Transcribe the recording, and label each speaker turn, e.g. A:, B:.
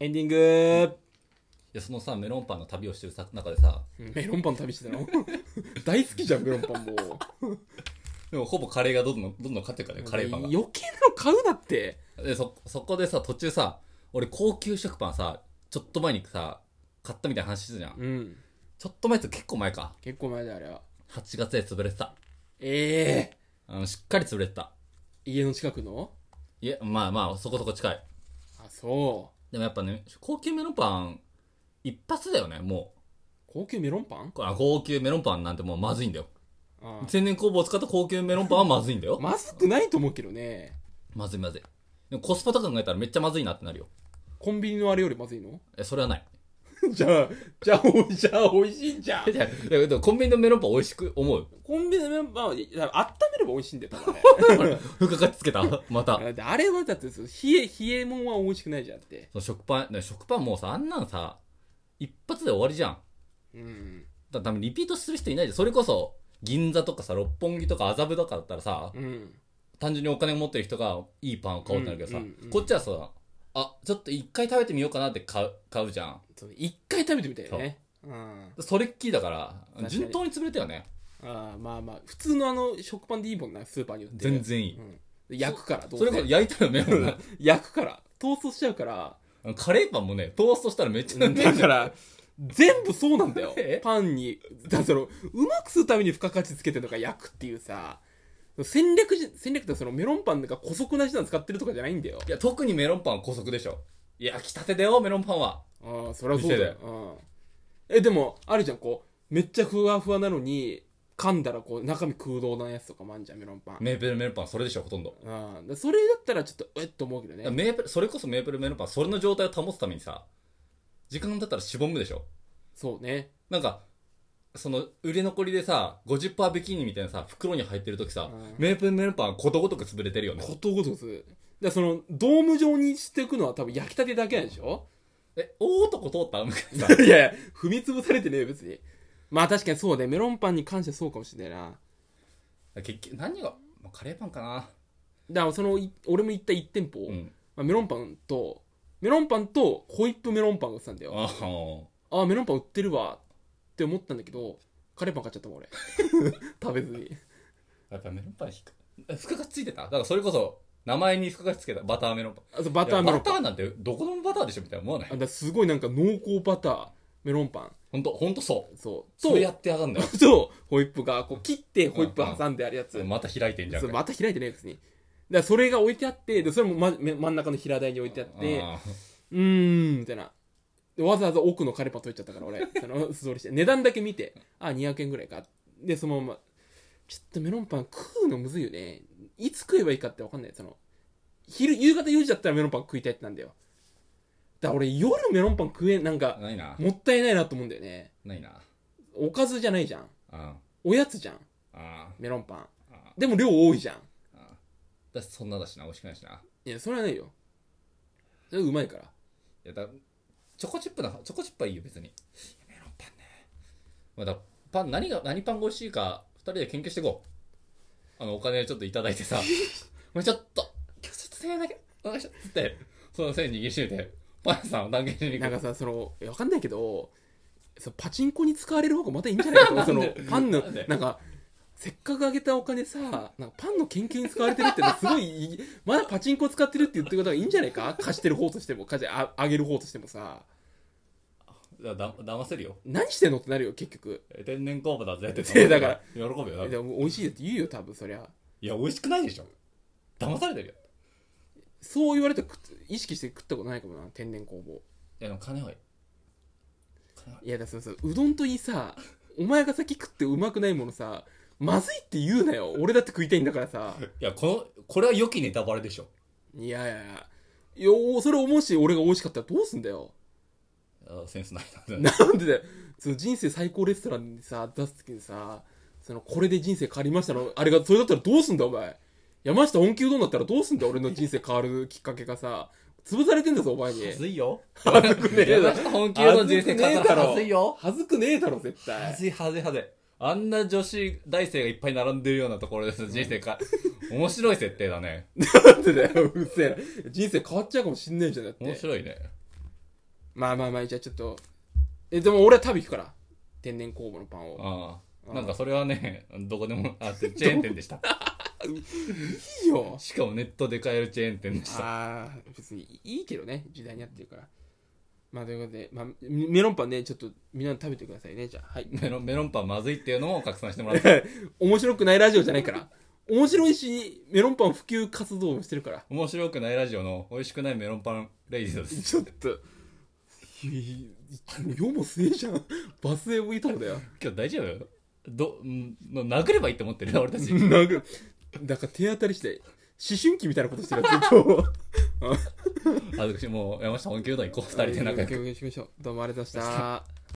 A: エンディング
B: いやそのさメロンパンの旅をしてるさ中でさ
A: メロンパン旅してたの 大好きじゃん、メロンパンも う。
B: でもほぼカレーがどんどんどんどん買ってるからねカレーパンが
A: 余計なの買うなって。
B: でそそこでさ途中さ俺高級食パンさちょっと前にさ買ったみたいな話してたじゃん、
A: うん。
B: ちょっと前って結構前か
A: 結構前だよ、あれは。
B: 8月で潰れてた
A: ええ
B: あのしっかり潰れてた
A: 家の近くの
B: いやまあまあそこそこ近い
A: あ、そう。
B: でもやっぱね高級メロンパン一発だよねも
A: 高級メロンパン
B: うこれあ高級メロンパンなんてもうまずいんだよ
A: あ
B: 天然酵母を使った高級メロンパンはまずいんだよ
A: あまずくないと思うけどね。
B: まずいまずいでもコスパとか考えたらめっちゃまずいなってなるよ
A: コンビニのあれよりまずいの
B: えそれはない
A: じゃあ、じゃあ、おじゃあ、美味しいじゃん
B: い。やでもコンビニのメロンパン美味しく思う
A: コンビニのメロンパンは、いや温めれば美味しいんだよ、多分
B: ふかかってつけたまた
A: あれだってあれはだって、その冷え、冷えもんは美味しくないじゃんって。
B: その食パンね食パンもうさあんなんさ一発で終わりじゃん
A: うん。
B: だ多分リピートする人いないじゃんそれこそ銀座とかさ六本木とか麻布とかだったらさ
A: うん。
B: 単純にお金を持ってる人がいいパンを買おうってなるけどさ、
A: うんうんうん
B: こっちはさあちょっと一回食べてみようかなって買う買うじゃん
A: その一回食べてみたいよね。うん。
B: それっきりだか
A: 確からに
B: 順当に潰れたよね
A: ああまあまあ普通のあの食パンでいいもんなスーパーに売ってる
B: 全然いい、
A: うん、焼くからどうせ
B: それこそ焼いたらね、
A: うん焼くからトーストしちゃうから
B: カレーパンもねトーストしたらめっちゃうま い
A: だから全部そうなんだよ
B: え
A: パンにだからそのうまくするために付加価値つけてるとか焼くっていうさ戦略じ戦略ってそのメロンパンが古速な手段使ってるとかじゃないんだよ
B: いや、特にメロンパンは高速でしょ。いや、きたてだよ、メロンパンは。
A: ああそりゃそうだよ、うん、えでもあるじゃんこうめっちゃふわふわなのに噛んだらこう中身空洞なやつとかもあんじゃんメロンパン、
B: メープルメロンパン、それでしょ、ほとんど。
A: うんだそれだったらちょっとえっと思うけどね
B: メープル、それこそメープルメロンパン、それの状態を保つためにさ、時間だったらしぼむでしょ。
A: そうね
B: なんか、その、売れ残りでさ、50%ビキニみたいなさ、袋に入ってる時さ、
A: うん
B: メープルメロンパンはことごとく潰れてるよね。
A: ことごとくだからそのドーム状にしていくのは多分焼きたてだけなんでしょ
B: え、大男通ったみたいな い
A: やいや 踏み潰されてねえよ別にまあ確かにそうねメロンパンに関してそうかもしれないな
B: さ。結局、何が、まあカレーパンかな。
A: だからそのい俺も行った1店舗、
B: うん。
A: まあ、メロンパンとメロンパンとホイップメロンパンが売ってたんだよ
B: ああ。
A: ああメロンパン売ってるわって思ったんだけどカレーパン買っちゃったもん俺 食べずに
B: やっぱメロンパン引く。え付加価値ついてただからそれこそ、名前に付加価値つけたバターメロンパン。
A: あそうバターメロンパン
B: いやバターなんてどこでもバターでしょみたいな思わな
A: あ
B: い
A: だからすごいなんか濃厚バターメロンパン
B: 本当本当そう
A: そう
B: それやってやがんだよ
A: と ホイップがこう切ってホイップ挟んであるやつ、
B: また開いてんじゃん
A: そうまた開いてないですねだからそれが置いてあってでそれも、ま、め真ん中の平台に置いてあって
B: あ
A: うーんみたいなでわざわざ奥のカレーパン取っちゃったから俺その素通りして値段だけ見てあ200円ぐらいかでそのままちょっとメロンパン食うのむずいよねいつ食えばいいかって分かんないその昼夕方4時だったらメロンパン食いたいってなんだよだから俺夜メロンパン食えんなん
B: ー
A: か
B: ないな
A: もったいないなと思うんだよね
B: ないな
A: おかずじゃないじゃん
B: あ
A: おやつじゃん
B: ああ
A: メロンパン
B: ああ
A: でも量多いじゃん
B: あだってそんなだしな美味しくないしない
A: やそれはないよそれはうまいから
B: いやだチョコチップなチョコチップはいいよ別にいやメロンパンねまあだパン何が何パンが美味しいか二人で研究していこうあのお金ちょっといただい てさもうちょっと今日ちょっと1000円だけお願いしますってその1000円握りしめてパンさんを断言しに行
A: な
B: く
A: んかさそのわかんないけどそのパチンコに使われる方がまたいいんじゃないかなそのパンの
B: なんで
A: なんかせっかくあげたお金さなんかパンの研究に使われてるってのはすごいいいまだパチンコ使ってるって言ってることがいいんじゃないか貸してる方としても貸してああげる方としてもさ
B: だだ騙せるよ
A: 何してんのってなるよ結局
B: え天然酵母だぜって
A: えだから
B: 喜ぶよ多
A: え
B: 分
A: でも美味しいって言うよ多分そりゃ
B: いや美味しくないでしょ騙されてるよ
A: そう言われて意識して食ったことないかもな天然酵母
B: いやでも金はいい金はいい
A: いやだからそのうどんといいさお前が先食ってうまくないものさまずいって言うなよ俺だって食いたいんだからさ
B: いやこのこれは良きネタバレでしょ
A: いやいやいやよそれをもし俺が美味しかったらどうすんだよ
B: あセンスないな
A: なんでだよその人生最高レストランにさ出す時にさそのこれで人生変わりましたのあれがそれだったらどうすんだお前山下本気うどんだったらどうすんだよ俺の人生変わるきっかけがさ潰されてんだぞお前に
B: ずいよ
A: 恥ずくねえだろ
B: 本気の人生変わったら
A: 恥
B: は
A: ず
B: ず
A: くねえ
B: い
A: だろ
B: よ
A: 恥ずくねえだろ絶
B: は
A: 対
B: ずいはずいはずいあんな女子大生がいっぱい並んでるようなところです人生か面白い設定だね
A: なんでだよ、うるせえな。人生変わっちゃうかもしんないじゃん、だって。
B: 面白いね
A: まあまあまあじゃあちょっとえでも俺は食べ行くから天然酵母のパンを
B: あ
A: う
B: あ
A: ん
B: なんかそれはねどこでもあってチェーン店でした
A: いいよ
B: しかもネットで買えるチェーン店でした
A: ああ別にいいけどね時代に合ってるからまあということで、まあ、メメロンパンねちょっとみんな食べてくださいねじゃあはい
B: メロンメロンパンまずいっていうのも拡散してもらって
A: 面白くないラジオじゃないから面白いしメロンパン普及活動もしてるから
B: 面白くないラジオの美味しくないメロンパンレイディーです
A: ちょっといい世も末じゃんバスへ置いたのだよ
B: 今日大丈夫どんの殴ればいいって思ってる俺たち
A: なんかなんか手当たりして思春期みたいなことしてるやつ今
B: 恥ずかしいもう山下本気うどん行こう二
A: 日
B: 人で仲良く
A: 協力しましょうどうもありがとうございました